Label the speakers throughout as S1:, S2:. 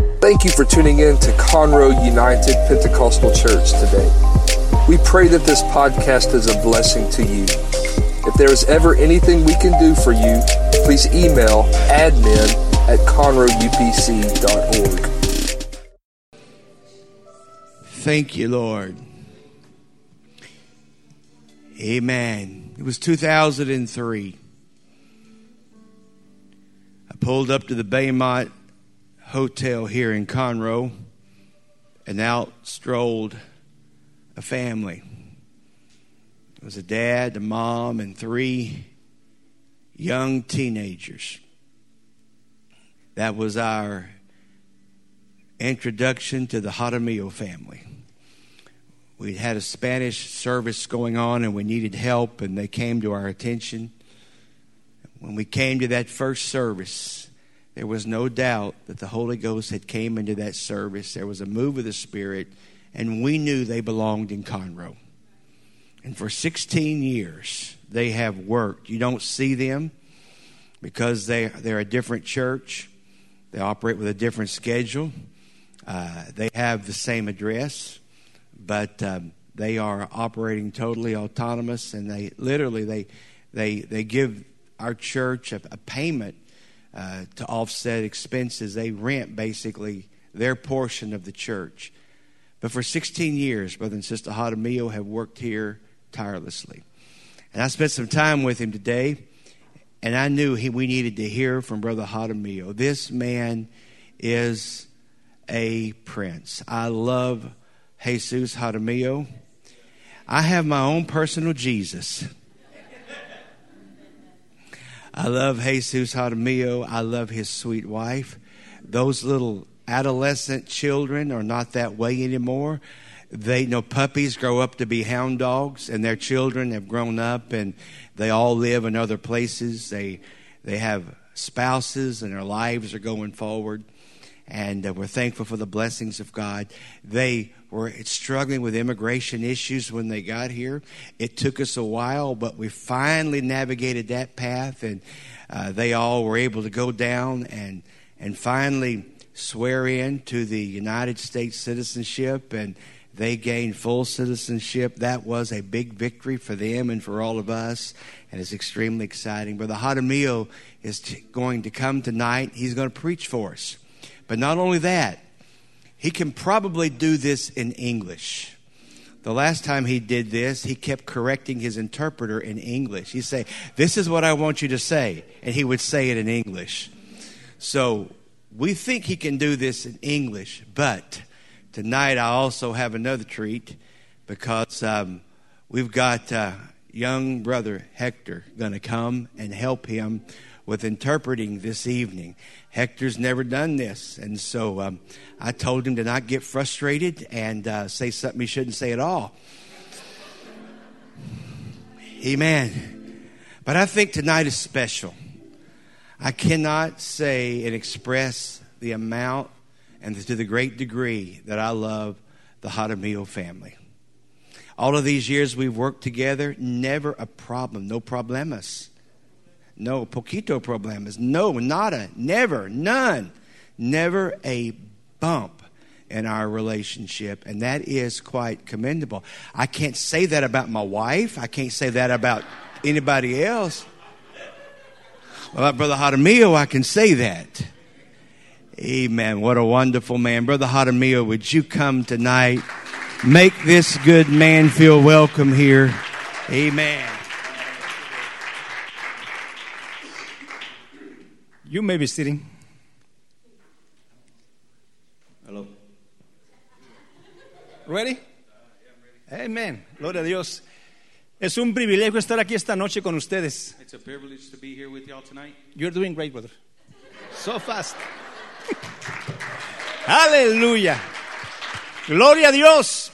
S1: Thank you for tuning in to Conroe United Pentecostal Church today. We pray that this podcast is a blessing to you. If there is ever anything we can do for you, please email admin at conroeupc.org.
S2: Thank you, Lord. Amen. It was 2003. I pulled up to the Baymont Hotel here in Conroe and out strolled a family. It was a dad, a mom, and three young teenagers. That was our introduction to the Jaramillo family. We had a Spanish service going on and we needed help, and they came to our attention. When we came to that first service, there was no doubt that the Holy Ghost had came into that service. There was a move of the Spirit, and we knew they belonged in Conroe. And for 16 years, they have worked. You don't see them because they, they're a different church. They operate with a different schedule. Uh, they have the same address, but um, they are operating totally autonomous, and they literally they they they give our church a, a payment uh, to offset expenses. They rent basically their portion of the church. But for 16 years, Brother and Sister Hadamio have worked here tirelessly. And I spent some time with him today and I knew he, we needed to hear from Brother Hadamio. This man is a prince. I love Jesus Hadamio. I have my own personal Jesus. I love Jesus Hadamio. I love his sweet wife. Those little adolescent children are not that way anymore. They you know puppies grow up to be hound dogs, and their children have grown up, and they all live in other places. They they have spouses, and their lives are going forward. And uh, we're thankful for the blessings of God. They were struggling with immigration issues when they got here. It took us a while, but we finally navigated that path, and uh, they all were able to go down and and finally swear in to the United States citizenship, and they gained full citizenship. That was a big victory for them and for all of us, and it's extremely exciting. Brother Hadamio is t- going to come tonight. He's going to preach for us. But not only that, he can probably do this in English. The last time he did this, he kept correcting his interpreter in English. He'd say, This is what I want you to say. And he would say it in English. So we think he can do this in English, but tonight I also have another treat because um, we've got uh, young brother Hector going to come and help him with interpreting this evening. Hector's never done this, and so um, I told him to not get frustrated and uh, say something he shouldn't say at all. Amen. But I think tonight is special. I cannot say and express the amount and to the great degree that I love the Hadamio family. All of these years we've worked together, never a problem, no problemas. No poquito problemas, no nada, never, none, never a bump in our relationship, and that is quite commendable. I can't say that about my wife, I can't say that about anybody else. Well, Brother Hadamio, I can say that. Amen. What a wonderful man. Brother Hadamio, would you come tonight? Make this good man feel welcome here. Amen.
S3: You may be sitting. Hello. Ready? Amen. Gloria a Dios. Es un privilegio estar aquí esta noche con ustedes.
S4: It's a privilege to be here with y'all tonight.
S3: You're doing great, brother. So fast. Aleluya. Gloria a Dios.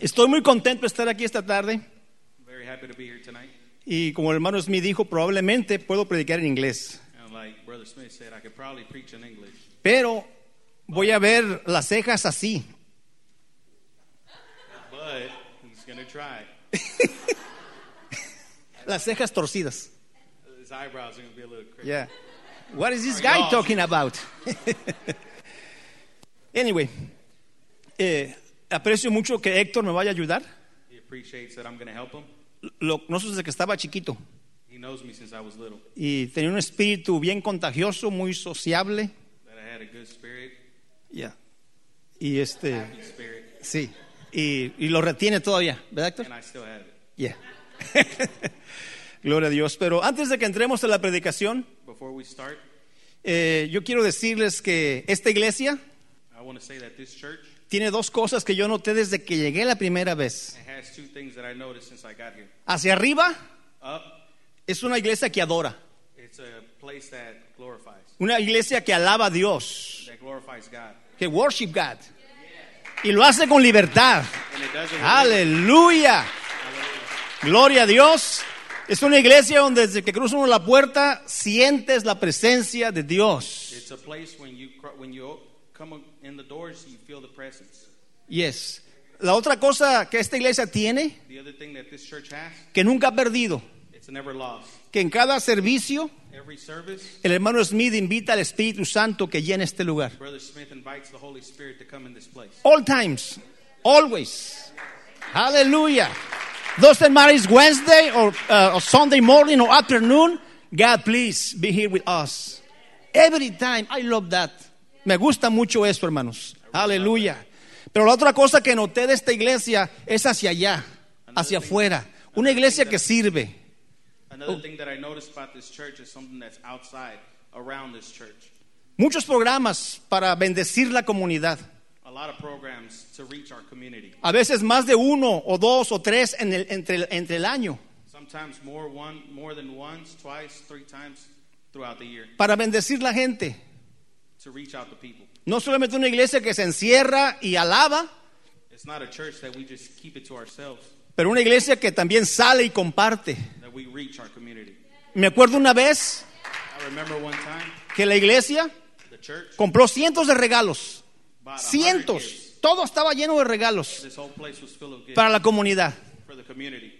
S3: Estoy muy contento de estar aquí esta tarde.
S4: Very happy to be here tonight.
S3: Y como el hermano Smith dijo, probablemente puedo predicar en inglés.
S4: And like Brother Smith said, I could probably preach in English.
S3: Pero voy a ver las cejas así.
S4: But he's going to try.
S3: Las cejas torcidas.
S4: His eyebrows are going to be a little crazy.
S3: Yeah. What is this guy talking about? Anyway, eh, aprecio mucho que Héctor me vaya a ayudar.
S4: He appreciates that I'm going to help him.
S3: Lo conozco desde que estaba chiquito
S4: He knows me since I was little,
S3: y tenía un espíritu bien contagioso, muy sociable.
S4: that I had a good spirit,
S3: Ya. Y este,
S4: happy spirit,
S3: sí. Y, y lo retiene todavía, ¿verdad, Héctor?
S4: and I still have it.
S3: Ya. Gloria a Dios. Pero antes de que entremos en la predicación,
S4: Before we start,
S3: eh, yo quiero decirles que esta iglesia
S4: I want to say that this church
S3: tiene dos cosas que yo noté desde que llegué la primera vez.
S4: it has two things that I noticed since I got here.
S3: Hacia arriba
S4: Up,
S3: es una iglesia que adora,
S4: it's a place that glorifies,
S3: una iglesia que alaba a Dios,
S4: that glorifies God,
S3: que worship God. Y lo hace con libertad.
S4: and it doesn't.
S3: Aleluya. Gloria a Dios. Es una iglesia donde desde que cruza uno la puerta sientes la presencia de Dios.
S4: It's a place when you cro- when you o- come in the doors, you feel the presence.
S3: Yes. La otra cosa que esta iglesia tiene,
S4: The other thing that this church has,
S3: que nunca ha perdido,
S4: it's never lost.
S3: que en cada servicio
S4: Every service,
S3: el hermano Smith invita al Espíritu Santo que llene este lugar.
S4: Brother Smith invites the Holy Spirit to come in this place.
S3: All times, always. Hallelujah. Doesn't matter it's Wednesday or, uh, or Sunday morning or afternoon. God, please be here with us. Every time. I love that. Me gusta mucho eso, hermanos. Aleluya. Pero la otra cosa que noté de esta iglesia es hacia allá, hacia afuera. Una iglesia que sirve.
S4: Another thing that I noticed about this church is something that's outside, around this church.
S3: Muchos programas para bendecir la comunidad.
S4: A lot of programs to reach our community.
S3: A veces más de uno o dos o tres en el- entre, el- entre el año
S4: Sometimes more one, more than once, twice, three times throughout the year
S3: para bendecir la gente.
S4: to reach out to people.
S3: No solamente una iglesia que se encierra y alaba,
S4: It's not a church that we just keep it to ourselves,
S3: pero una iglesia que también sale y comparte.
S4: that we reach our community.
S3: Me acuerdo una vez
S4: I remember one time
S3: que la iglesia
S4: the church
S3: compró cientos de regalos,
S4: bought a hundred gifts.
S3: cientos, todo estaba lleno de regalos
S4: This whole place was full of gifts
S3: para la comunidad.
S4: for the community.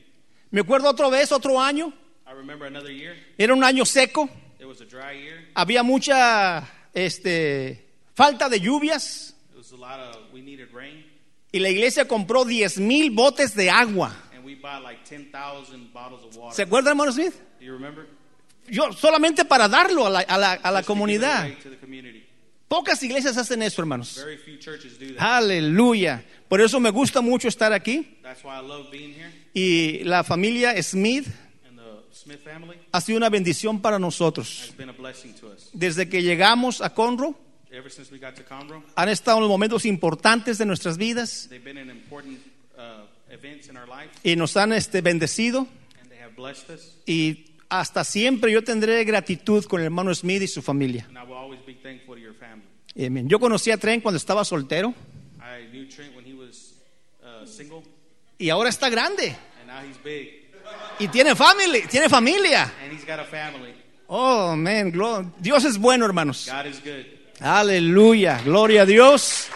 S3: Me acuerdo otra vez, otro año,
S4: I remember another year.
S3: era un año seco,
S4: It was a dry year.
S3: había mucha este, falta de lluvias,
S4: It was a lot of we needed rain,
S3: Y la iglesia compró 10 mil botes de agua.
S4: and we bought like ten thousand bottles of
S3: ¿Se
S4: water.
S3: acuerdan, hermano Smith?
S4: Do you remember?
S3: Yo solamente para darlo a la, a la- a la
S4: Just to give it
S3: comunidad.
S4: away to the community.
S3: Pocas iglesias hacen eso, hermanos.
S4: Very few churches do
S3: Ah.
S4: that.
S3: Aleluya. Por eso me gusta mucho estar aquí.
S4: That's why I love being here.
S3: Y la familia Smith
S4: And the Smith family
S3: ha sido una bendición para
S4: has
S3: nosotros.
S4: been a blessing to us.
S3: Desde que llegamos a Conroe,
S4: Ever since we got to Conroe,
S3: han estado en los momentos importantes de nuestras vidas
S4: they've been an important uh, events in our life,
S3: y nos han este, bendecido.
S4: and they have blessed us.
S3: Y hasta siempre yo tendré gratitud con el hermano Smith y su familia.
S4: And I will always be thankful to your family.
S3: Amén. Yo conocí a Trent cuando estaba soltero.
S4: I knew Trent when he was uh, single,
S3: Y ahora está grande.
S4: and now he's big,
S3: Y tiene family, tiene familia.
S4: and he's got a family.
S3: Oh, amén. glo- Dios es bueno, hermanos.
S4: God is good.
S3: Aleluya. Gloria a Dios.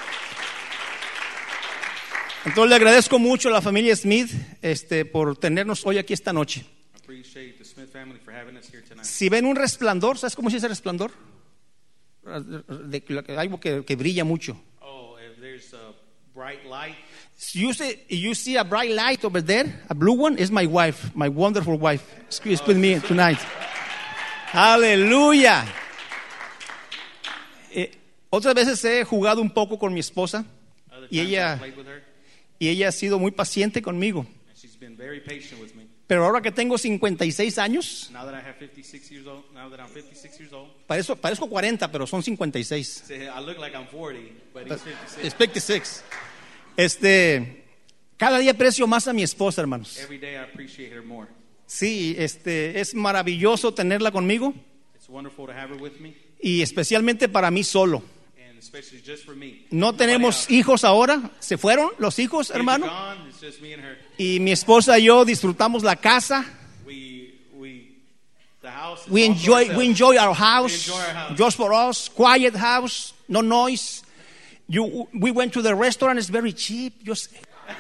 S3: Entonces le agradezco mucho a la familia Smith este, por tenernos hoy aquí esta noche.
S4: I appreciate the Smith family for having us here tonight.
S3: Si ven un resplandor, ¿sabes cómo se dice resplandor? De- de- algo que, que brilla mucho.
S4: Oh, if there's a bright light,
S3: You see, you see a bright light over there, a blue one, is my wife, my wonderful wife. Excuse with me tonight. Aleluya. Eh, otras veces he jugado un poco con mi esposa
S4: other times
S3: y
S4: I
S3: ella,
S4: played with her,
S3: y ella ha sido muy paciente conmigo.
S4: and she's been very patient with me.
S3: Pero ahora que tengo 56 años,
S4: Now that I have 56 years old, now that I'm 56 years old,
S3: parezco, parezco 40, pero son 56.
S4: say, I look like I'm 40, but he's 56.
S3: Es 56. Este, cada día aprecio más a mi esposa, hermanos.
S4: Every day I appreciate her more.
S3: Sí, este, es maravilloso tenerla conmigo.
S4: It's wonderful to have her with me,
S3: y especialmente para mí solo.
S4: and especially just for me.
S3: No
S4: Nobody
S3: tenemos
S4: else.
S3: hijos ahora, se fueron los hijos,
S4: Kids are
S3: hermano,
S4: gone, It's just me and her.
S3: y mi esposa y yo disfrutamos la casa.
S4: We, we, the house. is
S3: We
S4: all for
S3: enjoy,
S4: ourselves.
S3: we enjoy our house,
S4: We enjoy our house.
S3: just for us, quiet house, no noise. You, we went to the restaurant, it's very cheap. Just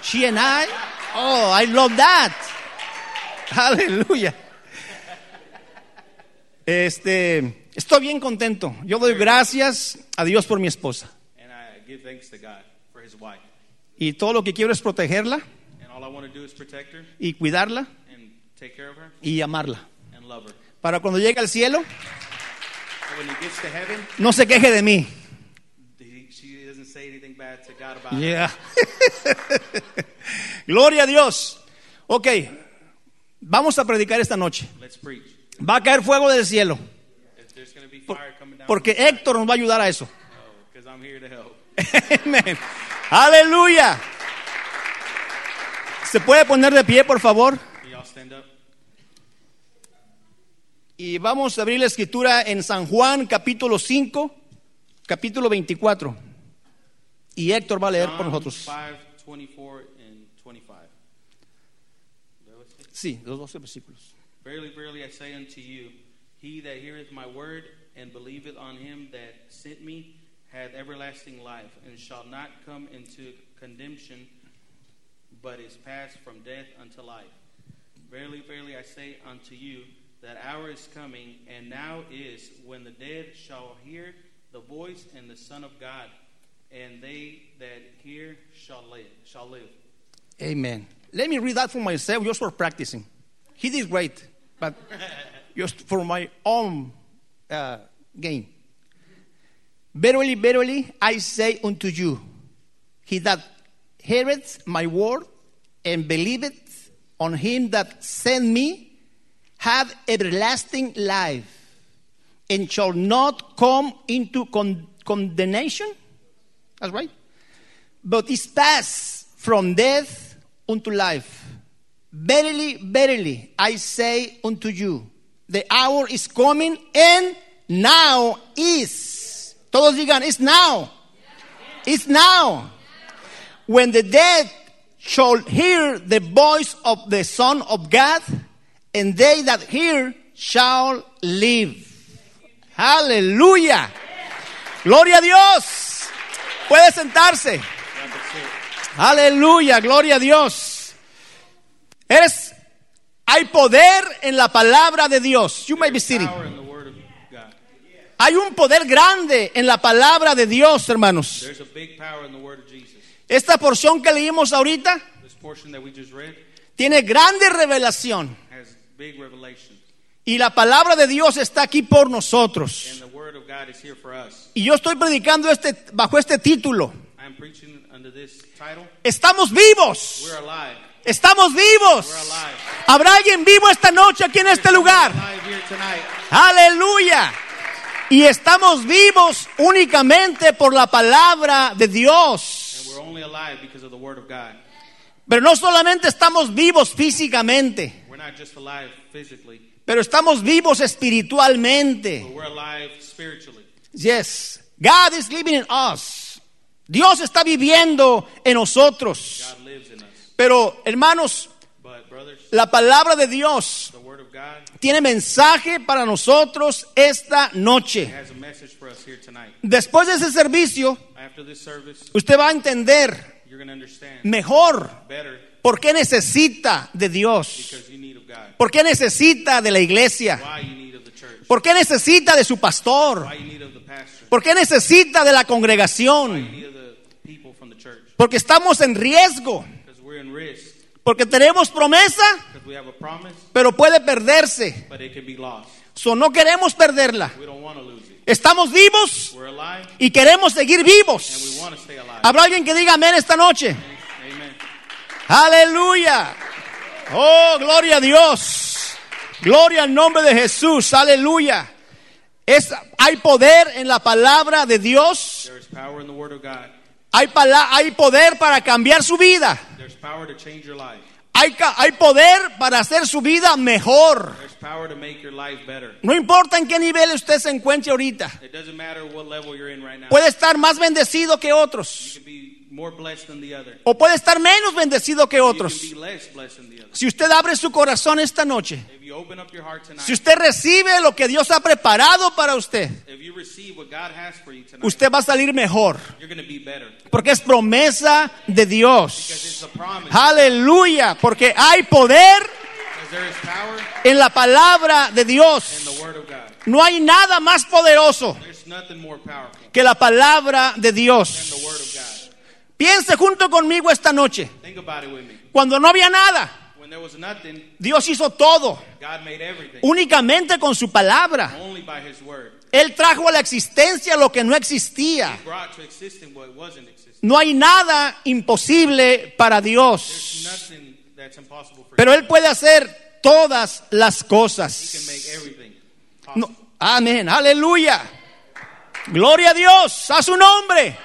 S3: she and I. Oh, I love that. Hallelujah. Este, estoy bien contento. Yo doy gracias a Dios por mi esposa.
S4: And I give thanks to God for his wife.
S3: Y todo lo que quiero es protegerla
S4: And all I want to do is protect her
S3: y cuidarla
S4: and take care of her
S3: y amarla.
S4: and love her.
S3: Para cuando llegue al cielo,
S4: So when he gets to heaven,
S3: no se queje de mí.
S4: he, she doesn't say anything bad to God about it.
S3: Yeah. Gloria a Dios. Ok, vamos a predicar esta noche.
S4: Let's preach.
S3: Va a caer fuego del cielo.
S4: If there's going to be fire coming down.
S3: Porque Héctor nos va a ayudar a eso.
S4: Because I'm here to help.
S3: Amén. Aleluya. ¿Se puede poner de pie, por favor?
S4: Can y'all stand up?
S3: Y vamos a abrir la escritura en San Juan, capítulo 5, capítulo 24. Y Héctor va a leer por nosotros.
S4: 5, 24 and 25. That was it?
S3: Sí, los 12 versículos.
S4: Verily, verily, I say unto you, he that heareth my word and believeth on him that sent me hath everlasting life, and shall not come into condemnation, but is passed from death unto life. Verily, verily, I say unto you, that hour is coming, and now is, when the dead shall hear the voice and the Son of God, and they that hear shall live. Shall live.
S3: Amen. Let me read that for myself just for practicing. He did great, but just for my own uh, gain. Verily, verily, I say unto you, he that heareth my word and believeth on him that sent me have everlasting life and shall not come into con- condemnation. That's right but is passed from death unto life. Verily, verily, I say unto you, the hour is coming and now is. Todos digan, it's now. It's now. When the dead shall hear the voice of the Son of God, and they that hear shall live. Hallelujah. Gloria a Dios. Puede sentarse.
S4: God, that's it.
S3: Aleluya, gloria a Dios. Eres, hay poder en la palabra de Dios. You may be
S4: There's
S3: sitting.
S4: power in the word of God.
S3: Hay un poder grande en la palabra de Dios, hermanos.
S4: There's a big power in the word of Jesus.
S3: Esta porción que leímos ahorita
S4: This portion that we just read
S3: tiene grande revelación.
S4: has big revelation,
S3: Y la palabra de Dios está aquí por
S4: and
S3: nosotros.
S4: the Word of God is here for us.
S3: Y yo estoy predicando este, bajo este título.
S4: I am preaching under this title:
S3: Estamos vivos.
S4: "We're alive."
S3: Estamos vivos. ¿Habrá alguien vivo esta noche aquí en este lugar?
S4: We're alive here tonight.
S3: Aleluya. Y estamos vivos únicamente por la palabra de
S4: And
S3: Dios.
S4: we're only alive because of the Word of God.
S3: Pero no solamente estamos vivos físicamente,
S4: We're not just alive physically,
S3: pero estamos vivos
S4: but
S3: espiritualmente.
S4: we're alive spiritually.
S3: Yes. God is living in us. Dios está viviendo en nosotros.
S4: God lives in us.
S3: Pero hermanos,
S4: But brothers,
S3: la palabra de Dios
S4: the Word of God
S3: tiene mensaje para nosotros esta noche.
S4: has a message for us here tonight.
S3: Después de ese servicio,
S4: After this service,
S3: usted va a entender
S4: you're going to understand
S3: mejor
S4: better
S3: ¿Por qué necesita de Dios?
S4: because you need of God.
S3: ¿Por qué necesita de la iglesia?
S4: Why you need of the church.
S3: ¿Por qué necesita de su pastor?
S4: Why you need of the pastor.
S3: ¿Por qué necesita de la
S4: Why you
S3: congregación?
S4: need of the people from the church.
S3: Porque estamos en riesgo,
S4: Because we're in risk.
S3: porque tenemos promesa,
S4: Because we have a promise,
S3: pero puede perderse.
S4: but it can be lost.
S3: So, no queremos perderla.
S4: We don't want to lose it.
S3: Estamos vivos
S4: We're alive,
S3: y queremos seguir
S4: and
S3: vivos.
S4: we want to stay alive.
S3: ¿Habrá alguien que diga amén esta noche?
S4: Amen.
S3: Aleluya. Oh, gloria a Dios. Gloria al nombre de Jesús. Aleluya. Es, hay poder en la palabra de Dios.
S4: There is power in the Word of God.
S3: Hay, pala- hay poder para cambiar su vida.
S4: There's power to change your life.
S3: Hay, ca- hay poder para hacer su vida mejor.
S4: There's power to make your life better.
S3: No importa en qué nivel usted se encuentre ahorita.
S4: It doesn't matter what level you're in right now.
S3: Puede estar más bendecido que
S4: You
S3: otros.
S4: can be more blessed than the other.
S3: O puede estar menos bendecido que
S4: You can
S3: otros.
S4: be less blessed than the other.
S3: Si usted abre su corazón esta noche.
S4: If you open up your heart tonight,
S3: Si usted recibe lo que Dios ha preparado para usted.
S4: if you receive what God has for you tonight,
S3: usted va a salir mejor.
S4: you're going to be better.
S3: Porque es promesa de
S4: Because it's
S3: Dios.
S4: a promise.
S3: Aleluya. Porque hay poder
S4: Because there is power
S3: en la palabra de
S4: in
S3: Dios.
S4: the Word of God.
S3: No hay nada más poderoso
S4: There's nothing more powerful
S3: que la palabra de
S4: than
S3: Dios.
S4: the Word of
S3: Piense junto conmigo esta noche.
S4: Think about it with me.
S3: Cuando no había nada,
S4: When there was nothing,
S3: Dios hizo todo,
S4: God made everything
S3: únicamente con su palabra.
S4: only by His word.
S3: Él trajo a la existencia lo que no existía.
S4: Brought to existence what wasn't existing.
S3: No hay nada imposible para
S4: There's
S3: Dios.
S4: nothing that's impossible for
S3: Pero
S4: you.
S3: Él puede hacer todas las
S4: He can
S3: cosas.
S4: make everything possible.
S3: No, amén, aleluya. Gloria a Dios, a su nombre.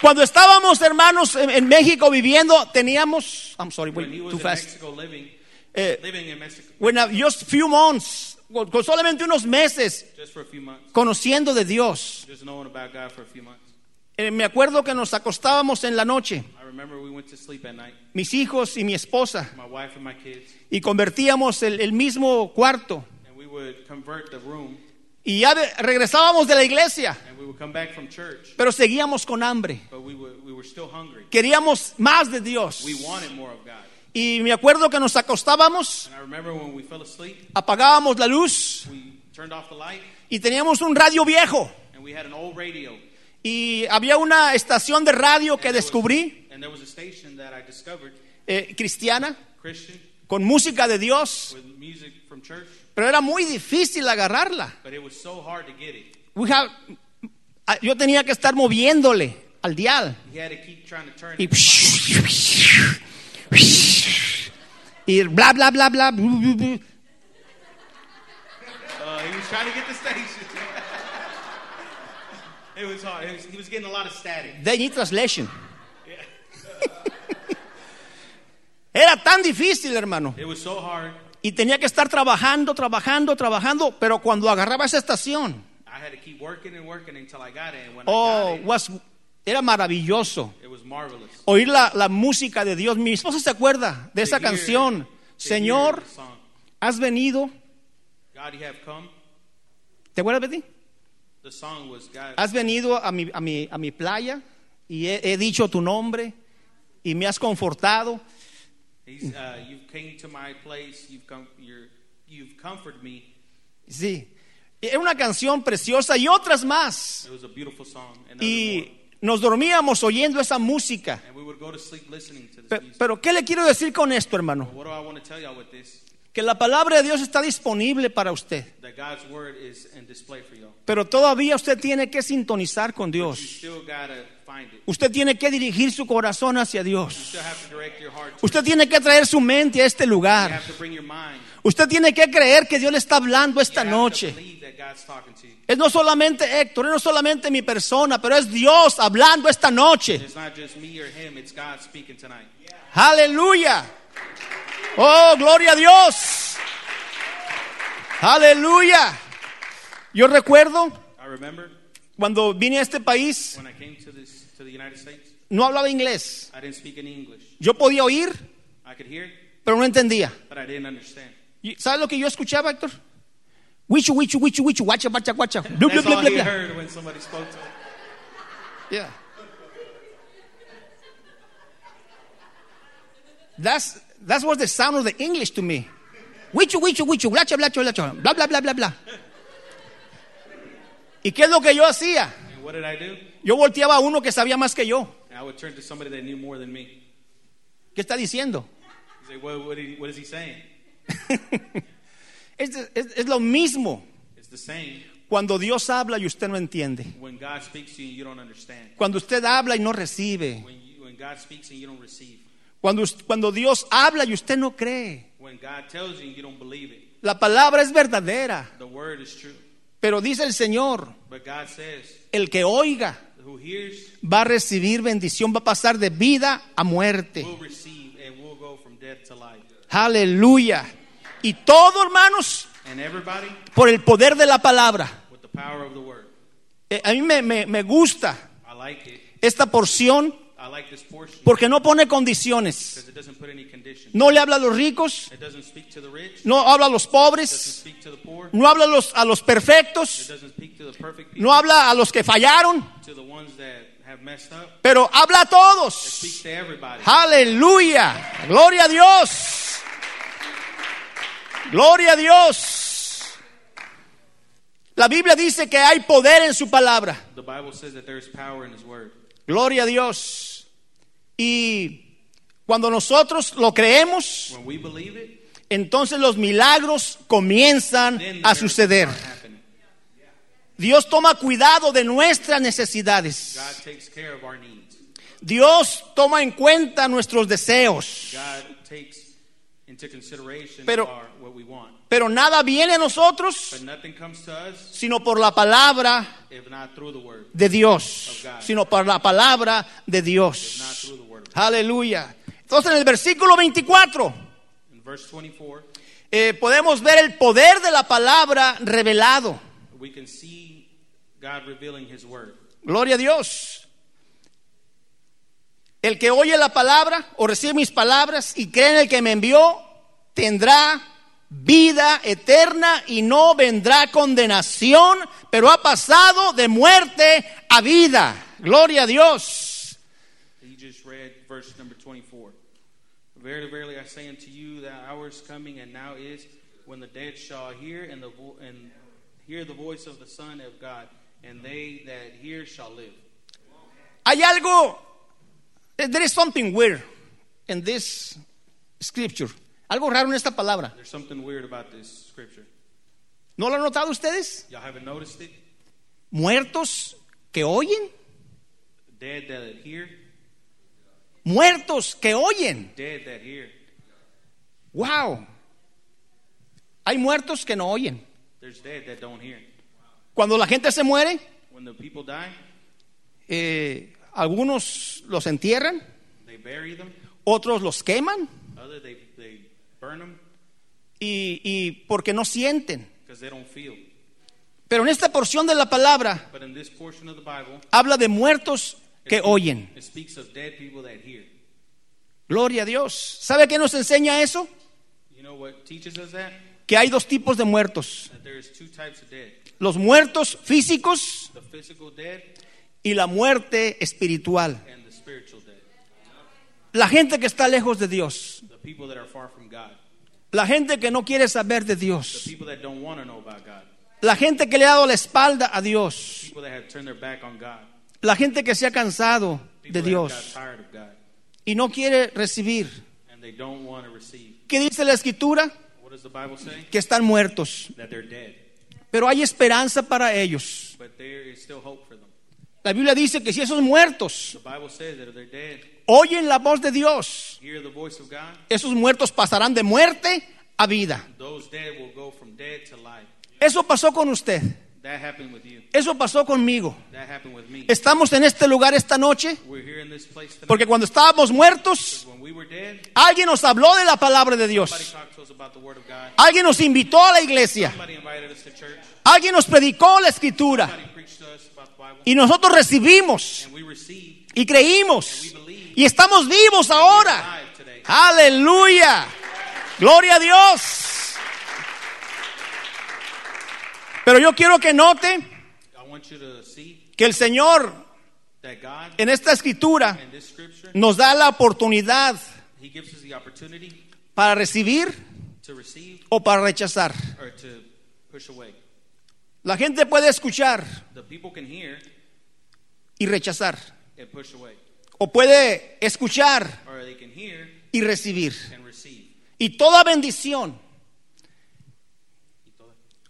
S3: Cuando estábamos, hermanos, en, en México viviendo, teníamos. I'm sorry,
S4: When
S3: wait,
S4: he was
S3: too
S4: in
S3: fast.
S4: Mexico living,
S3: Eh,
S4: living in Mexico
S3: when I- just few months, con con solamente unos meses,
S4: just for a few months,
S3: conociendo de Dios.
S4: just knowing about God for a few months.
S3: Eh, me acuerdo que nos acostábamos en la noche,
S4: I remember we went to sleep at night,
S3: mis hijos y mi esposa,
S4: my wife and my kids,
S3: y convertíamos el, el mismo cuarto.
S4: and we would convert the room,
S3: Y ya de- regresábamos de la iglesia,
S4: and we would come back from church,
S3: pero seguíamos con hambre.
S4: but we were, we were still hungry.
S3: Queríamos más de Dios.
S4: We wanted more of God.
S3: Y me acuerdo que nos acostábamos,
S4: And I remember when we fell asleep,
S3: apagábamos la luz
S4: we turned off the light,
S3: y teníamos un radio viejo.
S4: and we had an old radio.
S3: Y había una estación de radio que
S4: And there was-
S3: descubrí,
S4: and there was a station that I discovered,
S3: eh, cristiana,
S4: Christian,
S3: con música de Dios,
S4: with music from church,
S3: pero era muy difícil agarrarla.
S4: but it was so hard to get it.
S3: We have- ah, yo tenía que estar moviéndole al dial.
S4: You had to keep trying to turn
S3: Y,
S4: it. to find it.
S3: y bla, bla, bla, bla. blu, blu, blu.
S4: Uh, he was trying to get the station. it was hard. It was, he was getting a lot of static.
S3: They need translation. Era tan difícil, hermano.
S4: It was so hard.
S3: Y tenía que estar trabajando, trabajando, trabajando, pero cuando agarraba esa estación,
S4: I had to keep working and working until I got it. And when
S3: oh,
S4: I got it,
S3: was, era maravilloso.
S4: it was marvelous.
S3: Oír la, la música de Dios. Mi esposa se acuerda de
S4: To
S3: esa
S4: hear-
S3: canción.
S4: to hear
S3: Señor,
S4: the song,
S3: has venido.
S4: God, you have come.
S3: ¿Te acuerdas, Betty?
S4: The song was God.
S3: Has venido a mi, a mi, a mi playa y he, he dicho tu nombre y me has confortado.
S4: He's, uh, you came to my place. You've come. You're, you've comforted me.
S3: Sí. Era una canción preciosa y otras más.
S4: It was a beautiful song. And, other more.
S3: Y nos dormíamos oyendo esa música.
S4: and we would go to sleep listening to this
S3: Pe-
S4: music.
S3: Pero ¿qué le quiero decir con esto, hermano?
S4: what do I want to tell y'all with this?
S3: Que la palabra de Dios está disponible para usted,
S4: That God's word is in display for y'all.
S3: pero todavía usted tiene que sintonizar con
S4: You
S3: Dios.
S4: still gotta find it.
S3: Usted tiene que dirigir su corazón hacia
S4: You
S3: Dios.
S4: still have to direct your heart. To it.
S3: Usted tiene que traer su mente a este
S4: You
S3: lugar.
S4: have to bring your mind.
S3: Usted tiene que creer que Dios le está hablando
S4: You
S3: esta
S4: have to
S3: noche.
S4: believe that God's talking to you.
S3: Es no solamente Héctor, es no solamente mi persona, pero es Dios hablando esta noche.
S4: It's not just me or him. It's God speaking tonight.
S3: Aleluya. Oh, gloria a Dios. Aleluya. Yo recuerdo
S4: I remember
S3: cuando vine a este país,
S4: when I came to this to the United States,
S3: no hablaba inglés.
S4: I didn't speak any English.
S3: Yo podía oír,
S4: I could hear,
S3: pero no entendía.
S4: but I didn't understand.
S3: Y- ¿Sabes lo que yo escuchaba, Héctor? Wichu, wichu, wichu, wichu, guacha, guacha, guacha. Blu, blu,
S4: That's
S3: blu,
S4: all
S3: blu,
S4: he
S3: blu.
S4: heard when somebody spoke to him.
S3: Yeah. That's, that was the sound of the English to me. Wichu, wichu, wichu, blacha, blacha, blacha, bla, bla, bla, bla, bla. ¿Y qué es lo que yo hacía?
S4: And what did I do?
S3: Yo volteaba a uno que sabía más que yo.
S4: I would turn to somebody that knew more than me.
S3: ¿Qué está diciendo?
S4: He's like, what, what, did he- what is he saying?
S3: es, es- es lo mismo
S4: It's the same
S3: cuando Dios habla y usted no entiende.
S4: when God speaks to you and you don't understand.
S3: Cuando usted habla y no recibe.
S4: When, you, when God speaks and you don't receive.
S3: Cuando, us- cuando Dios habla y usted no cree.
S4: When God tells you and you don't believe it.
S3: La palabra es verdadera.
S4: The word is true.
S3: Pero dice el Señor,
S4: But God says,
S3: el que oiga
S4: who hears
S3: va a recibir bendición, va a pasar de vida a muerte.
S4: will receive and will go from death to life.
S3: Aleluya. Y todo, hermanos,
S4: And everybody
S3: por el poder de la palabra.
S4: with the power of the word.
S3: Eh, a mí me, me- me gusta
S4: I like it.
S3: esta porción
S4: I like this portion
S3: porque no pone condiciones.
S4: because it doesn't put any conditions.
S3: No le habla a los ricos,
S4: It doesn't speak to the rich. It
S3: no habla a los
S4: doesn't
S3: pobres,
S4: speak to the poor.
S3: no habla a los, a los
S4: It
S3: perfectos,
S4: doesn't speak to the perfect people.
S3: no habla a los que fallaron,
S4: To the ones that have messed up.
S3: pero habla a
S4: It
S3: todos.
S4: speaks to everybody.
S3: Aleluya. Gloria a Dios. Gloria a Dios. La Biblia dice que hay poder en su palabra.
S4: The Bible says that there is power in His word.
S3: Gloria a Dios. Y cuando nosotros lo creemos,
S4: When we believe it,
S3: entonces los milagros comienzan
S4: then the
S3: a
S4: miracles
S3: suceder.
S4: start happening.
S3: Dios toma cuidado de nuestras necesidades.
S4: God takes care of our needs.
S3: Dios toma en cuenta nuestros deseos.
S4: God takes into consideration
S3: Pero-
S4: our, what we want.
S3: Pero nada viene a nosotros
S4: But nothing comes to us
S3: sino por la palabra
S4: if not through the word.
S3: de Dios,
S4: Of God.
S3: sino por la palabra de
S4: If not
S3: Dios.
S4: through the word.
S3: Aleluya. Entonces en el versículo 24
S4: In verse 24,
S3: eh, podemos ver el poder de la palabra revelado.
S4: we can see God revealing his word.
S3: Gloria a Dios. El que oye la palabra o recibe mis palabras y cree en el que me envió, tendrá vida eterna y no vendrá condenación, pero ha pasado de muerte a vida. Gloria a Dios.
S4: He just read verse number 24. Verily, verily, I say unto you, the hour is coming, and now is, when the dead shall hear and, the vo- and hear the voice of the Son of God, and they that hear shall live.
S3: Hay algo, eh, there is something weird in this scripture. Algo raro en esta palabra.
S4: There's something weird about this scripture.
S3: ¿No lo han notado ustedes?
S4: Y'all haven't noticed it?
S3: Muertos que oyen,
S4: Dead that hear,
S3: muertos que oyen.
S4: dead that hear.
S3: Wow. Hay muertos que no oyen.
S4: There's dead that don't hear.
S3: Cuando la gente se muere,
S4: When the people die,
S3: eh, algunos los entierran,
S4: they bury them.
S3: otros los queman
S4: Other, they, they burn them
S3: y, y porque no sienten.
S4: because they don't feel.
S3: Pero en esta porción de la palabra
S4: But in this portion of the Bible,
S3: habla de muertos
S4: it
S3: que
S4: speaks-
S3: oyen.
S4: it speaks of dead people that hear.
S3: Gloria a Dios. ¿Sabe qué nos enseña eso?
S4: You know what teaches us that?
S3: Que hay dos tipos de muertos.
S4: That there is two types of dead.
S3: Los muertos físicos
S4: The physical dead
S3: y la muerte espiritual.
S4: and the spiritual dead.
S3: La gente que está lejos de Dios.
S4: The people that are far from God.
S3: La gente que no quiere saber de
S4: The
S3: Dios.
S4: people that don't want to know about God.
S3: La gente que le ha dado la espalda a Dios.
S4: People that have turned their back on God.
S3: La gente que se ha cansado de
S4: People that got
S3: Dios
S4: tired of God.
S3: y no quiere recibir.
S4: And they don't want to receive.
S3: ¿Qué dice la escritura?
S4: What does the Bible say?
S3: Que están muertos.
S4: That they're dead.
S3: Pero hay esperanza para ellos.
S4: But there is still hope for them.
S3: La Biblia dice que si esos muertos
S4: The Bible says that if they're dead,
S3: oyen la voz de Dios,
S4: hear the voice of God,
S3: esos muertos pasarán de muerte a vida.
S4: those dead will go from dead to life.
S3: Eso pasó con usted.
S4: That happened with you.
S3: Eso pasó conmigo.
S4: That happened with me.
S3: Estamos en este lugar esta noche
S4: We're here in this place tonight.
S3: porque cuando estábamos muertos,
S4: when we were dead,
S3: alguien nos habló de la palabra de
S4: somebody
S3: Dios.
S4: talked to us about the Word of God.
S3: Alguien nos invitó a la iglesia.
S4: Somebody invited us to church.
S3: Alguien nos predicó la escritura.
S4: Somebody preached to us about the Bible.
S3: Y nosotros recibimos
S4: And we received
S3: y creímos y estamos vivos ahora.
S4: live today.
S3: Aleluya. Gloria a Dios. Pero yo quiero que note
S4: I want you to see
S3: que el Señor
S4: that God,
S3: en esta escritura
S4: in this scripture,
S3: nos da la oportunidad
S4: He gives us the opportunity
S3: para recibir
S4: to receive
S3: o para rechazar.
S4: or to push away.
S3: La gente puede escuchar
S4: The people can hear
S3: y rechazar
S4: and push away,
S3: o puede escuchar
S4: or they can hear
S3: y recibir.
S4: and receive.
S3: Y toda bendición,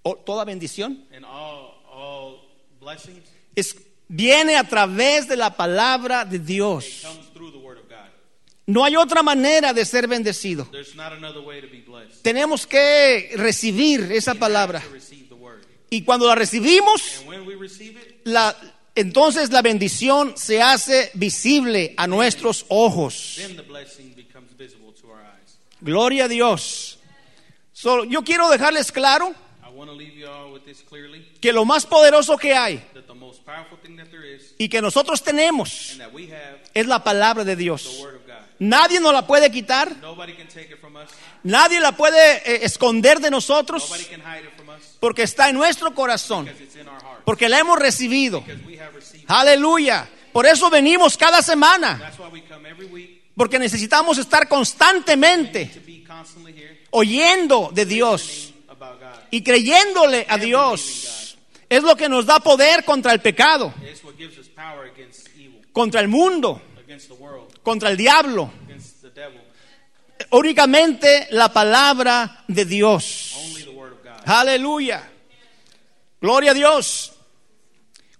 S3: o toda bendición
S4: And all, all blessings,
S3: es- viene a través de la palabra de
S4: it
S3: Dios.
S4: comes through the Word of God.
S3: No hay otra manera de ser bendecido.
S4: There's not another way to be blessed.
S3: Tenemos que recibir esa palabra.
S4: To receive the Word.
S3: Y cuando la recibimos,
S4: And when we receive it,
S3: la, entonces la bendición se hace visible a nuestros ojos.
S4: then the blessing becomes visible to our eyes.
S3: Gloria a Dios. So, yo quiero dejarles claro
S4: I want to leave you all with this clearly
S3: que lo más poderoso que hay
S4: that the most powerful thing that there is
S3: y que nosotros tenemos
S4: and that we have
S3: es la palabra de
S4: the
S3: Dios.
S4: Word of God.
S3: Nadie nos la puede quitar,
S4: Nobody can take it from us,
S3: nadie la puede eh, esconder de nosotros.
S4: nobody can hide it from us
S3: Porque está en nuestro corazón.
S4: because it's in our heart,
S3: Porque la hemos recibido.
S4: because we have received it.
S3: Aleluya. Por eso venimos cada semana.
S4: That's why we come every week
S3: Porque necesitamos estar
S4: to
S3: constantemente
S4: be constantly here
S3: oyendo de Dios
S4: learning about God.
S3: y creyéndole a Dios. Es lo que nos da poder contra el pecado,
S4: It's what gives us power against evil,
S3: contra el mundo,
S4: against against the world,
S3: contra el diablo.
S4: against the devil.
S3: Únicamente la palabra de Dios.
S4: Only the word of God.
S3: Aleluya. Gloria a Dios.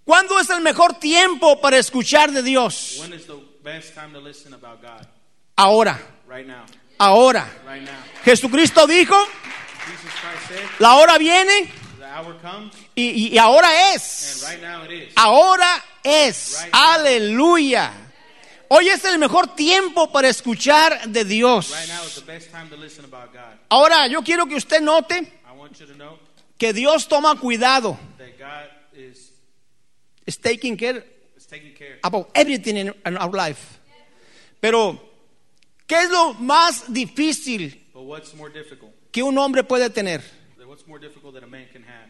S3: ¿Cuándo es el mejor tiempo para escuchar de Dios?
S4: When is the best time to listen about God?
S3: Ahora,
S4: Right now.
S3: ahora.
S4: Right now.
S3: Jesucristo dijo,
S4: Jesus Christ said,
S3: la hora viene
S4: the hour comes,
S3: y, y- y ahora es.
S4: and right now it is.
S3: Ahora es. Aleluya. Hoy es el mejor tiempo para escuchar de Dios.
S4: Right now is the best time to listen about God.
S3: Ahora, yo quiero que usted note
S4: I want you to know
S3: que Dios toma cuidado.
S4: that God is,
S3: It's taking care
S4: is taking care
S3: about everything in, in our life. Pero, ¿qué es lo más difícil
S4: But what's more difficult?
S3: que un hombre puede tener?
S4: What's more difficult that a man can have?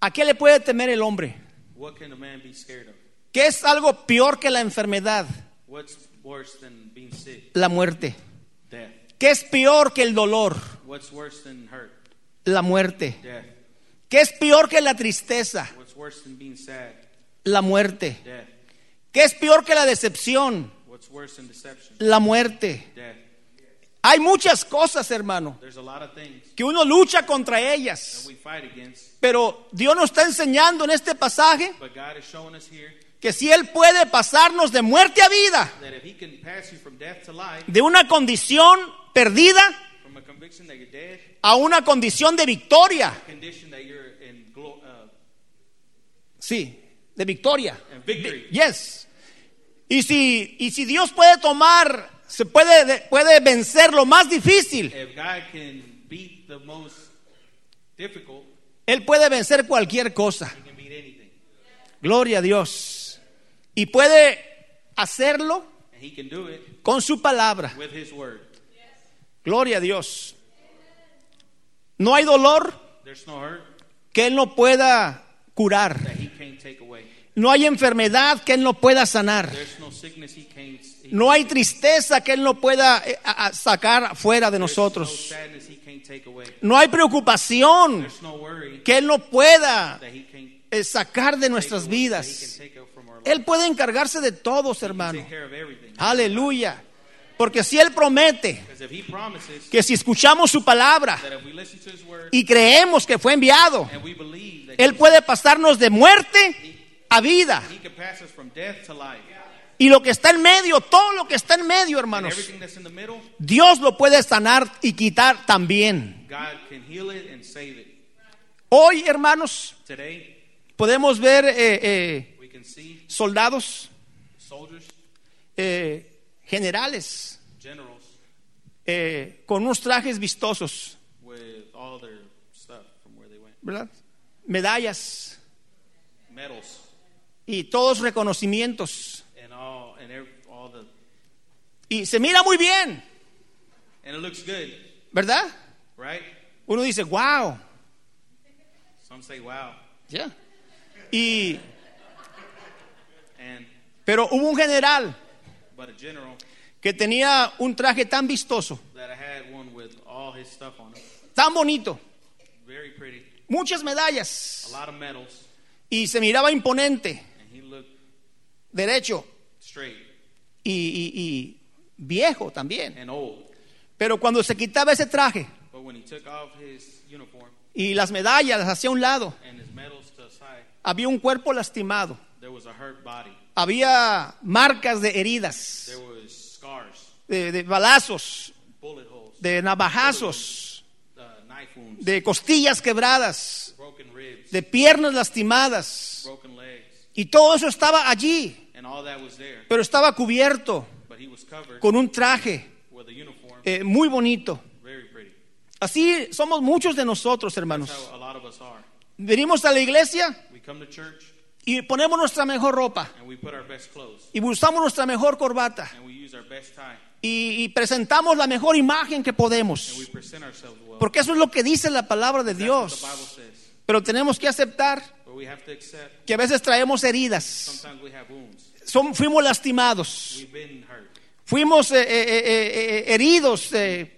S3: ¿A qué le puede temer el hombre?
S4: What can a man be scared of?
S3: ¿Qué es algo peor que la enfermedad?
S4: What's worse than being sick?
S3: La muerte.
S4: Death.
S3: ¿Qué es peor que el dolor?
S4: What's worse than hurt?
S3: La muerte.
S4: Death.
S3: ¿Qué es peor que la tristeza?
S4: What's worse than being sad?
S3: La muerte.
S4: Death.
S3: ¿Qué es peor que la decepción?
S4: What's worse than deception?
S3: La muerte.
S4: Death.
S3: Hay muchas cosas, hermano,
S4: There's a lot of things
S3: que uno lucha contra ellas.
S4: that we fight against,
S3: Pero Dios nos está enseñando en este pasaje
S4: but God is showing us here
S3: que si Él puede pasarnos de muerte a vida,
S4: that if He can pass you from death to life,
S3: de una condición perdida
S4: from a conviction that you're dead,
S3: a una condición de victoria.
S4: condition that you're in glo- uh,
S3: Sí, de victoria.
S4: in victory,
S3: Yes. Y si, y si Dios puede tomar, se puede, puede vencer lo más difícil,
S4: if God can beat the most difficult,
S3: Él puede vencer cualquier cosa.
S4: He can beat anything.
S3: Gloria a Dios. Y puede hacerlo
S4: And He can do it
S3: con su palabra.
S4: with His word.
S3: Gloria a Dios. No hay dolor
S4: There's no hurt
S3: que Él no pueda curar.
S4: that He can't take away.
S3: No hay enfermedad que Él no pueda sanar.
S4: There's no sickness He can't. He
S3: No hay tristeza que Él no pueda eh, a- a sacar fuera de
S4: there's no
S3: nosotros.
S4: sadness He can't take away.
S3: No hay preocupación
S4: There's no worry
S3: que Él no pueda
S4: that He can't.
S3: eh, sacar de
S4: take away,
S3: nuestras
S4: that He can
S3: vidas.
S4: take out from our life.
S3: Él puede encargarse de todos,
S4: He can
S3: hermano.
S4: take care of everything.
S3: ¿Ah? Aleluya. Porque si Él promete
S4: Because if He promises
S3: que si escuchamos su palabra
S4: that if we listen to His word
S3: y creemos que fue enviado,
S4: and we believe that
S3: Él
S4: he-
S3: puede pasarnos de muerte a vida.
S4: He can pass us from death to life.
S3: Y lo que está en medio, todo lo que está en medio,
S4: And
S3: hermanos,
S4: everything that's in the middle,
S3: Dios lo puede sanar y quitar también.
S4: God can heal it and save it.
S3: Hoy, hermanos,
S4: Today,
S3: podemos ver eh, eh,
S4: we can see
S3: soldados,
S4: soldiers,
S3: eh, generales,
S4: generals,
S3: eh, con unos trajes vistosos,
S4: with all their stuff from where they went,
S3: ¿verdad? Medallas
S4: medals,
S3: y todos reconocimientos.
S4: and all and every, all the
S3: Y se mira muy bien,
S4: and it looks good,
S3: ¿verdad?
S4: right?
S3: Uno dice, wow.
S4: Some say wow,
S3: ya. Y,
S4: and
S3: pero hubo un general
S4: but a general
S3: que tenía un traje tan vistoso,
S4: that I had one with all his stuff on him,
S3: tan bonito,
S4: very pretty,
S3: muchas
S4: a
S3: medallas,
S4: lot of medals,
S3: y se miraba imponente,
S4: and he looked
S3: derecho
S4: straight
S3: y- y- y viejo también.
S4: and old.
S3: Pero cuando se quitaba ese traje
S4: But when he took off his uniform
S3: y las medallas las hacía a un lado,
S4: and his medals to the side,
S3: había un cuerpo lastimado,
S4: there was a hurt body,
S3: había marcas de heridas,
S4: there was scars,
S3: de, de balazos,
S4: bullet holes,
S3: de navajazos,
S4: uh, knife wounds,
S3: de costillas quebradas,
S4: broken ribs,
S3: de piernas lastimadas.
S4: broken legs,
S3: Y todo eso estaba allí,
S4: and all that was there.
S3: pero estaba cubierto
S4: But he was covered
S3: con un traje
S4: with a uniform,
S3: eh, muy bonito.
S4: very pretty.
S3: Así somos muchos de nosotros,
S4: That's
S3: hermanos.
S4: how a lot of us are.
S3: Venimos a la iglesia
S4: We come to church
S3: y ponemos nuestra mejor ropa
S4: and we put our best clothes
S3: y buscamos nuestra mejor corbata.
S4: and we use our best tie
S3: y, y presentamos la mejor imagen que
S4: and we
S3: podemos.
S4: present ourselves well.
S3: Porque eso es lo que dice la palabra de
S4: That's what the
S3: Dios.
S4: Bible says.
S3: Pero tenemos que aceptar
S4: But we have to accept
S3: que a veces traemos heridas.
S4: sometimes we have wounds.
S3: Son- fuimos lastimados.
S4: We've been hurt.
S3: Fuimos eh, eh, eh, eh, heridos. eh,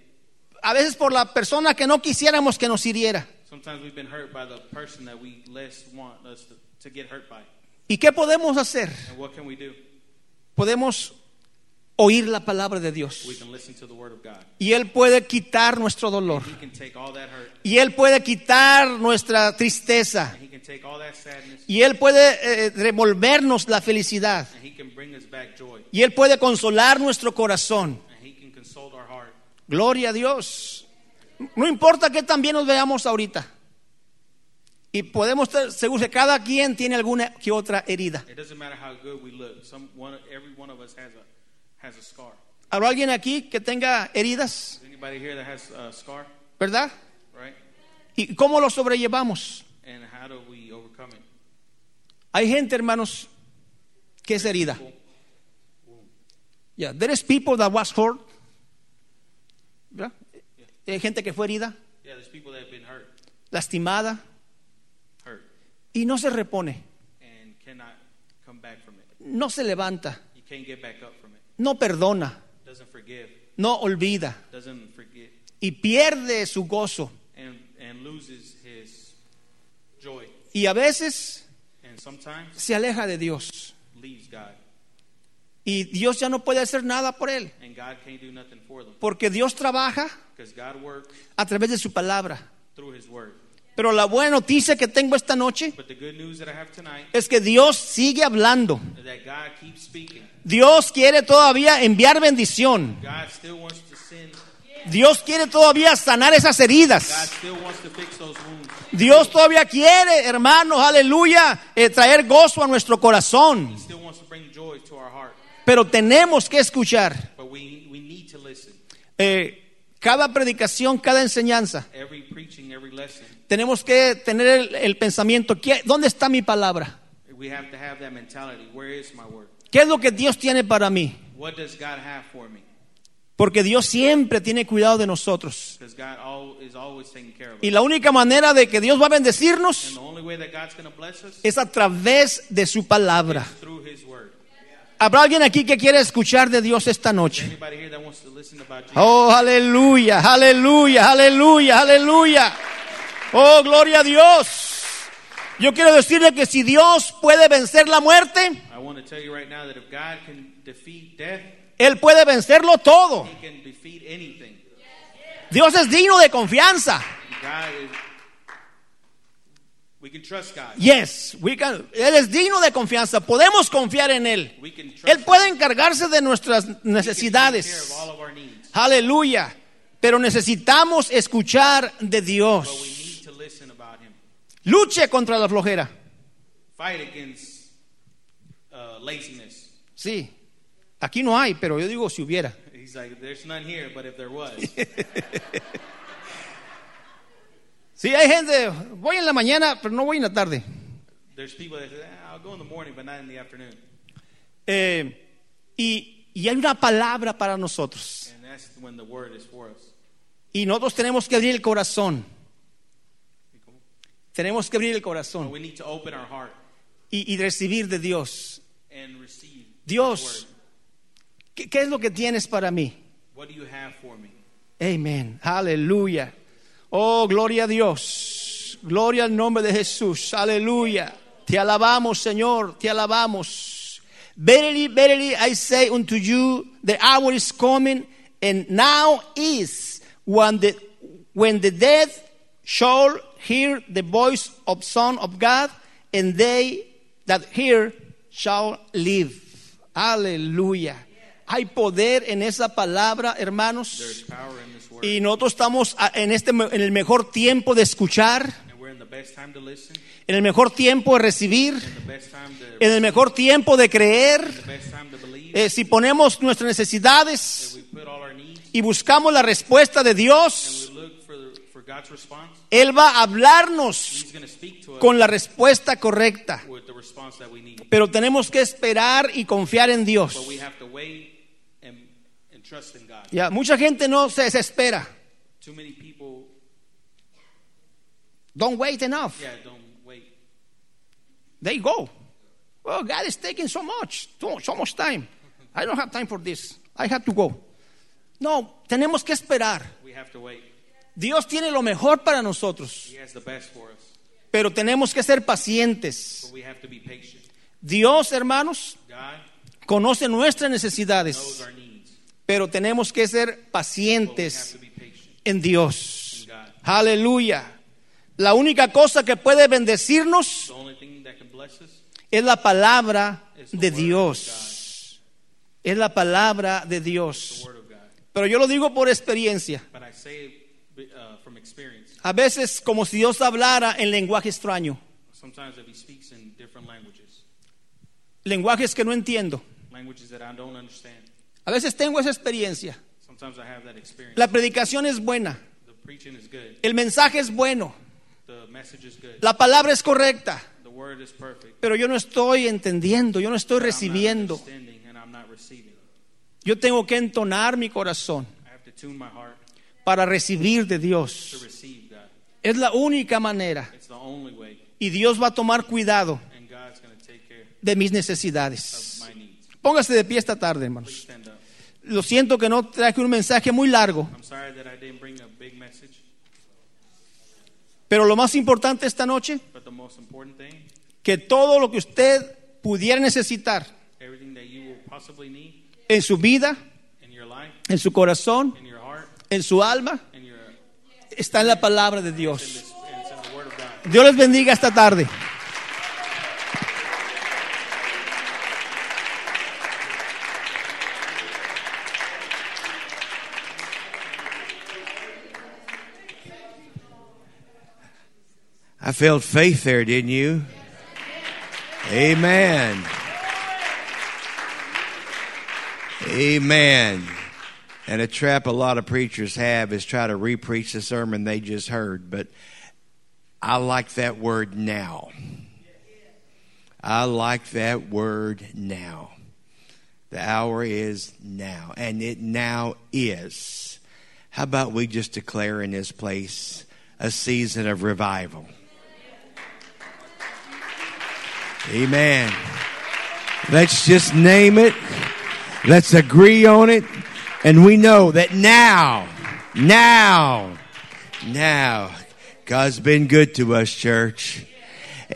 S3: a veces por la persona que no quisiéramos que nos hiriera.
S4: Sometimes we've been hurt by the person that we less want us to, to get hurt by.
S3: ¿Y qué podemos hacer?
S4: And what can we do?
S3: Podemos oír la palabra de Dios.
S4: we can listen to the Word of God.
S3: Y Él puede quitar nuestro dolor.
S4: He can take all that hurt,
S3: Y Él puede quitar nuestra tristeza.
S4: and He can take all that sadness,
S3: Y Él puede eh, revolvernos la felicidad.
S4: and He can bring us back joy,
S3: Y Él puede consolar nuestro corazón.
S4: and He can console our heart.
S3: Gloria a Dios. No importa que también nos veamos ahorita. Y podemos estar seguros que cada quien tiene alguna que otra herida.
S4: It doesn't matter how good we look. Some one, every one of us has a has a scar.
S3: ¿Habrá alguien aquí que tenga heridas?
S4: Is anybody here that has a scar,
S3: ¿Verdad?
S4: right?
S3: ¿Y cómo lo sobrellevamos?
S4: And how do we overcome it?
S3: Hay gente, hermanos, que es herida.
S4: People-
S3: Yeah, there is people that was hurt. ¿Verdad? Hay gente que fue herida,
S4: Yeah, there's people that have been hurt,
S3: lastimada
S4: hurt,
S3: y no se repone,
S4: and cannot come back from it.
S3: no se levanta,
S4: You can't get back up from it.
S3: no perdona,
S4: Doesn't forgive.
S3: no olvida
S4: Doesn't forget.
S3: y pierde su gozo.
S4: and and loses his joy
S3: Y a veces
S4: and sometimes
S3: se aleja de Dios
S4: leaves God
S3: y Dios ya no puede hacer nada por él,
S4: and God can't do nothing for them
S3: porque Dios trabaja
S4: because God works
S3: a través de su palabra.
S4: through his word
S3: Pero la buena noticia que tengo esta noche
S4: but the good news that I have tonight
S3: es que Dios sigue hablando.
S4: is that God keeps speaking
S3: Dios quiere todavía enviar bendición.
S4: God still wants to send
S3: Dios quiere todavía sanar esas
S4: God
S3: heridas.
S4: still wants to fix those wounds
S3: Dios todavía quiere, hermanos, aleluya, eh, traer gozo a nuestro corazón.
S4: he still wants to bring joy to our heart
S3: Pero tenemos que escuchar
S4: but we we need to listen
S3: eh, cada predicación, cada enseñanza.
S4: every preaching every lesson
S3: Tenemos que tener el, el pensamiento, ¿qué- ¿dónde está mi palabra?
S4: we have to have that mentality where is my word
S3: ¿Qué es lo que Dios tiene para mí?
S4: what does God have for me
S3: Porque Dios siempre tiene cuidado de nosotros.
S4: because God all, is always taking care of us
S3: Y la única manera de que Dios va a
S4: and
S3: bendecirnos
S4: the only way that God's going to bless us
S3: es a través de su palabra.
S4: through his word
S3: ¿Habrá alguien aquí que quiere escuchar de Dios esta noche?
S4: Anybody here that wants to listen about Jesus?
S3: Oh, aleluya, aleluya, aleluya, aleluya. Oh, gloria a Dios. Yo quiero decirle que si Dios puede vencer la muerte,
S4: I want to tell you right now that if God can defeat death,
S3: Él puede vencerlo todo.
S4: He can defeat anything.
S3: Dios es digno de confianza.
S4: God is. We can trust God.
S3: Yes, we can- Él es digno de confianza. Podemos confiar en Él.
S4: We can trust
S3: Él puede encargarse de nuestras
S4: He can take care
S3: necesidades.
S4: of all of our needs,
S3: Aleluya. Pero necesitamos escuchar de
S4: but we
S3: Dios.
S4: need to listen about Him.
S3: Luche contra la flojera.
S4: Fight against uh, laziness.
S3: Sí. Aquí no hay, pero yo digo si hubiera.
S4: He's like, there's none here, but if there was,
S3: Sí, hay gente, voy en la mañana, pero no voy en la tarde.
S4: there's people that say, "Ah, I'll go in the morning, but not in the afternoon.
S3: Eh, y, y hay una palabra para nosotros.
S4: And that's when the word is for us.
S3: Y nosotros tenemos que abrir el corazón. Tenemos que abrir el corazón
S4: We need to open our heart
S3: y, y recibir de Dios.
S4: and receive His
S3: Dios,
S4: word.
S3: ¿qué, qué es lo que tienes para mí?
S4: What do you have for me?
S3: Amén. Aleluya. Oh, gloria a Dios. Gloria al nombre de Jesús. Aleluya. Te alabamos, Señor. Te alabamos. Verily, verily, I say unto you, the hour is coming, and now is when the when the dead shall hear the voice of Son of God, and they that hear shall live. Aleluya. Hay poder en esa palabra, hermanos.
S4: There's power in this word.
S3: Y nosotros estamos a- en, este, me- en el mejor tiempo de escuchar,
S4: And we're in the best time to listen,
S3: en el mejor tiempo de recibir,
S4: the best time to
S3: en el mejor tiempo de creer.
S4: the best time to believe.
S3: Eh, si ponemos nuestras
S4: that
S3: necesidades
S4: we put all our needs
S3: y buscamos la respuesta de Dios,
S4: and we look for the, for God's response.
S3: Él va a hablarnos
S4: He's going to speak to us
S3: con la respuesta correcta.
S4: with the response that we need.
S3: Pero tenemos que esperar y confiar en Dios.
S4: But we have to wait and and trust in God.
S3: Ya, mucha gente no se desespera.
S4: Too many people,
S3: Don't wait enough.
S4: yeah, don't wait.
S3: They go. Well, God is taking so much, so, so much time. I don't have time for this. I have to go. No, tenemos que esperar.
S4: We have to wait.
S3: Dios tiene lo mejor para nosotros,
S4: He has the best for us,
S3: pero tenemos que ser pacientes.
S4: but we have to be patient.
S3: Dios, hermanos,
S4: God
S3: conoce nuestras
S4: knows
S3: necesidades
S4: our needs.
S3: Pero tenemos que ser
S4: but we have
S3: pacientes
S4: to be patient.
S3: en Dios.
S4: God.
S3: Aleluya. La única cosa que puede bendecirnos
S4: The only thing that can bless us
S3: es la palabra
S4: is the
S3: de
S4: word
S3: Dios. Es la palabra de
S4: of God.
S3: Dios.
S4: Word of God.
S3: Pero yo lo digo por experiencia.
S4: But I say it uh, from experience.
S3: A veces como si Dios hablara en lenguaje extraño,
S4: Sometimes if He speaks in different languages,
S3: lenguajes que no entiendo.
S4: languages that I don't understand.
S3: A veces tengo esa experiencia.
S4: Sometimes I have that experience.
S3: La predicación es buena,
S4: The preaching is good.
S3: el mensaje es bueno,
S4: The message is good.
S3: la palabra es correcta,
S4: The word is perfect.
S3: pero yo no estoy entendiendo, yo no estoy
S4: But I'm not
S3: recibiendo.
S4: understanding and I'm not receiving.
S3: Yo tengo que entonar mi corazón
S4: I have to tune my heart
S3: para recibir de
S4: to
S3: Dios.
S4: receive God.
S3: Es la única manera
S4: It's the only way,
S3: y Dios va a tomar cuidado
S4: and God's going to take care
S3: de mis
S4: of
S3: necesidades.
S4: my needs.
S3: Póngase de pie esta tarde,
S4: Please
S3: hermanos.
S4: stand up.
S3: Lo siento que no traje un mensaje muy largo,
S4: I'm sorry that I didn't bring a big message,
S3: pero lo más importante esta noche
S4: but the most important thing,
S3: que todo lo que usted pudiera necesitar
S4: everything that you will possibly need
S3: en su vida,
S4: in your life,
S3: en su corazón,
S4: in your heart,
S3: en su alma,
S4: in your in
S3: está en la palabra de
S4: this,
S3: Dios.
S4: it's in the Word of God.
S3: Dios les bendiga esta tarde.
S2: I felt faith there, didn't you? Amen. Amen. And a trap a lot of preachers have is try to repreach the sermon they just heard, but I like that word now. I like that word now. The hour is now, and it now is. How about we just declare in this place a season of revival? Amen. Let's just name it. Let's agree on it. And we know that now, now, now, God's been good to us, church.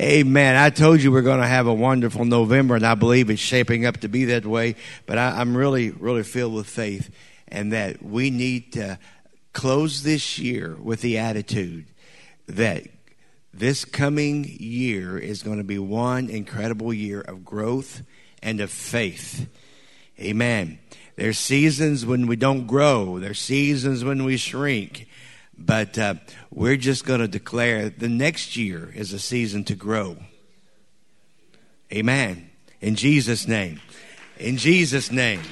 S2: Amen. I told you we're going to have a wonderful November, and I believe it's shaping up to be that way. But I, I'm really, really filled with faith and that we need to close this year with the attitude that this coming year is going to be one incredible year of growth and of faith. Amen. There's seasons when we don't grow, there's seasons when we shrink. But uh, we're just going to declare the next year is a season to grow. Amen. In Jesus' name. In Jesus' name.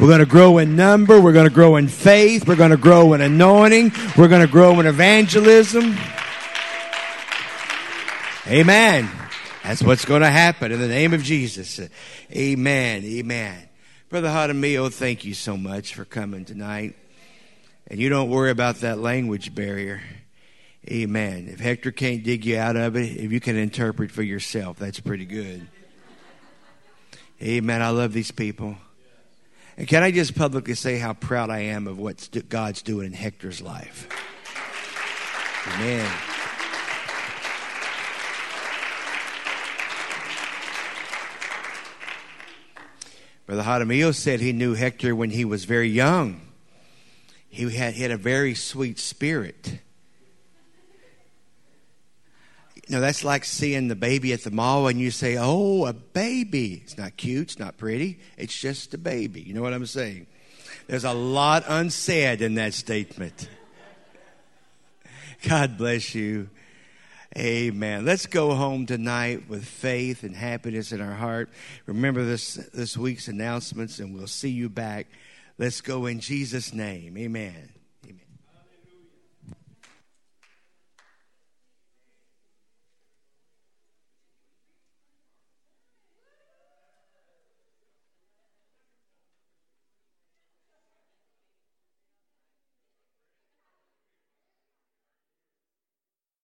S2: We're going to grow in number. We're going to grow in faith. We're going to grow in anointing. We're going to grow in evangelism. Amen. That's what's going to happen in the name of Jesus. Amen. Amen. Brother Hadamio, thank you so much for coming tonight. And you don't worry about that language barrier. Amen. If Hector can't dig you out of it, if you can interpret for yourself, that's pretty good. Amen. I love these people. And can I just publicly say how proud I am of what God's doing in Hector's life? Amen. Brother Hadamio said he knew Hector when he was very young. He had, he had a very sweet spirit. You know, that's like seeing the baby at the mall and you say, oh, a baby. It's not cute, it's not pretty, it's just a baby. You know what I'm saying? There's a lot unsaid in that statement. God bless you. Amen. Let's go home tonight with faith and happiness in our heart. Remember this this week's announcements and we'll see you back. Let's go in Jesus name. Amen.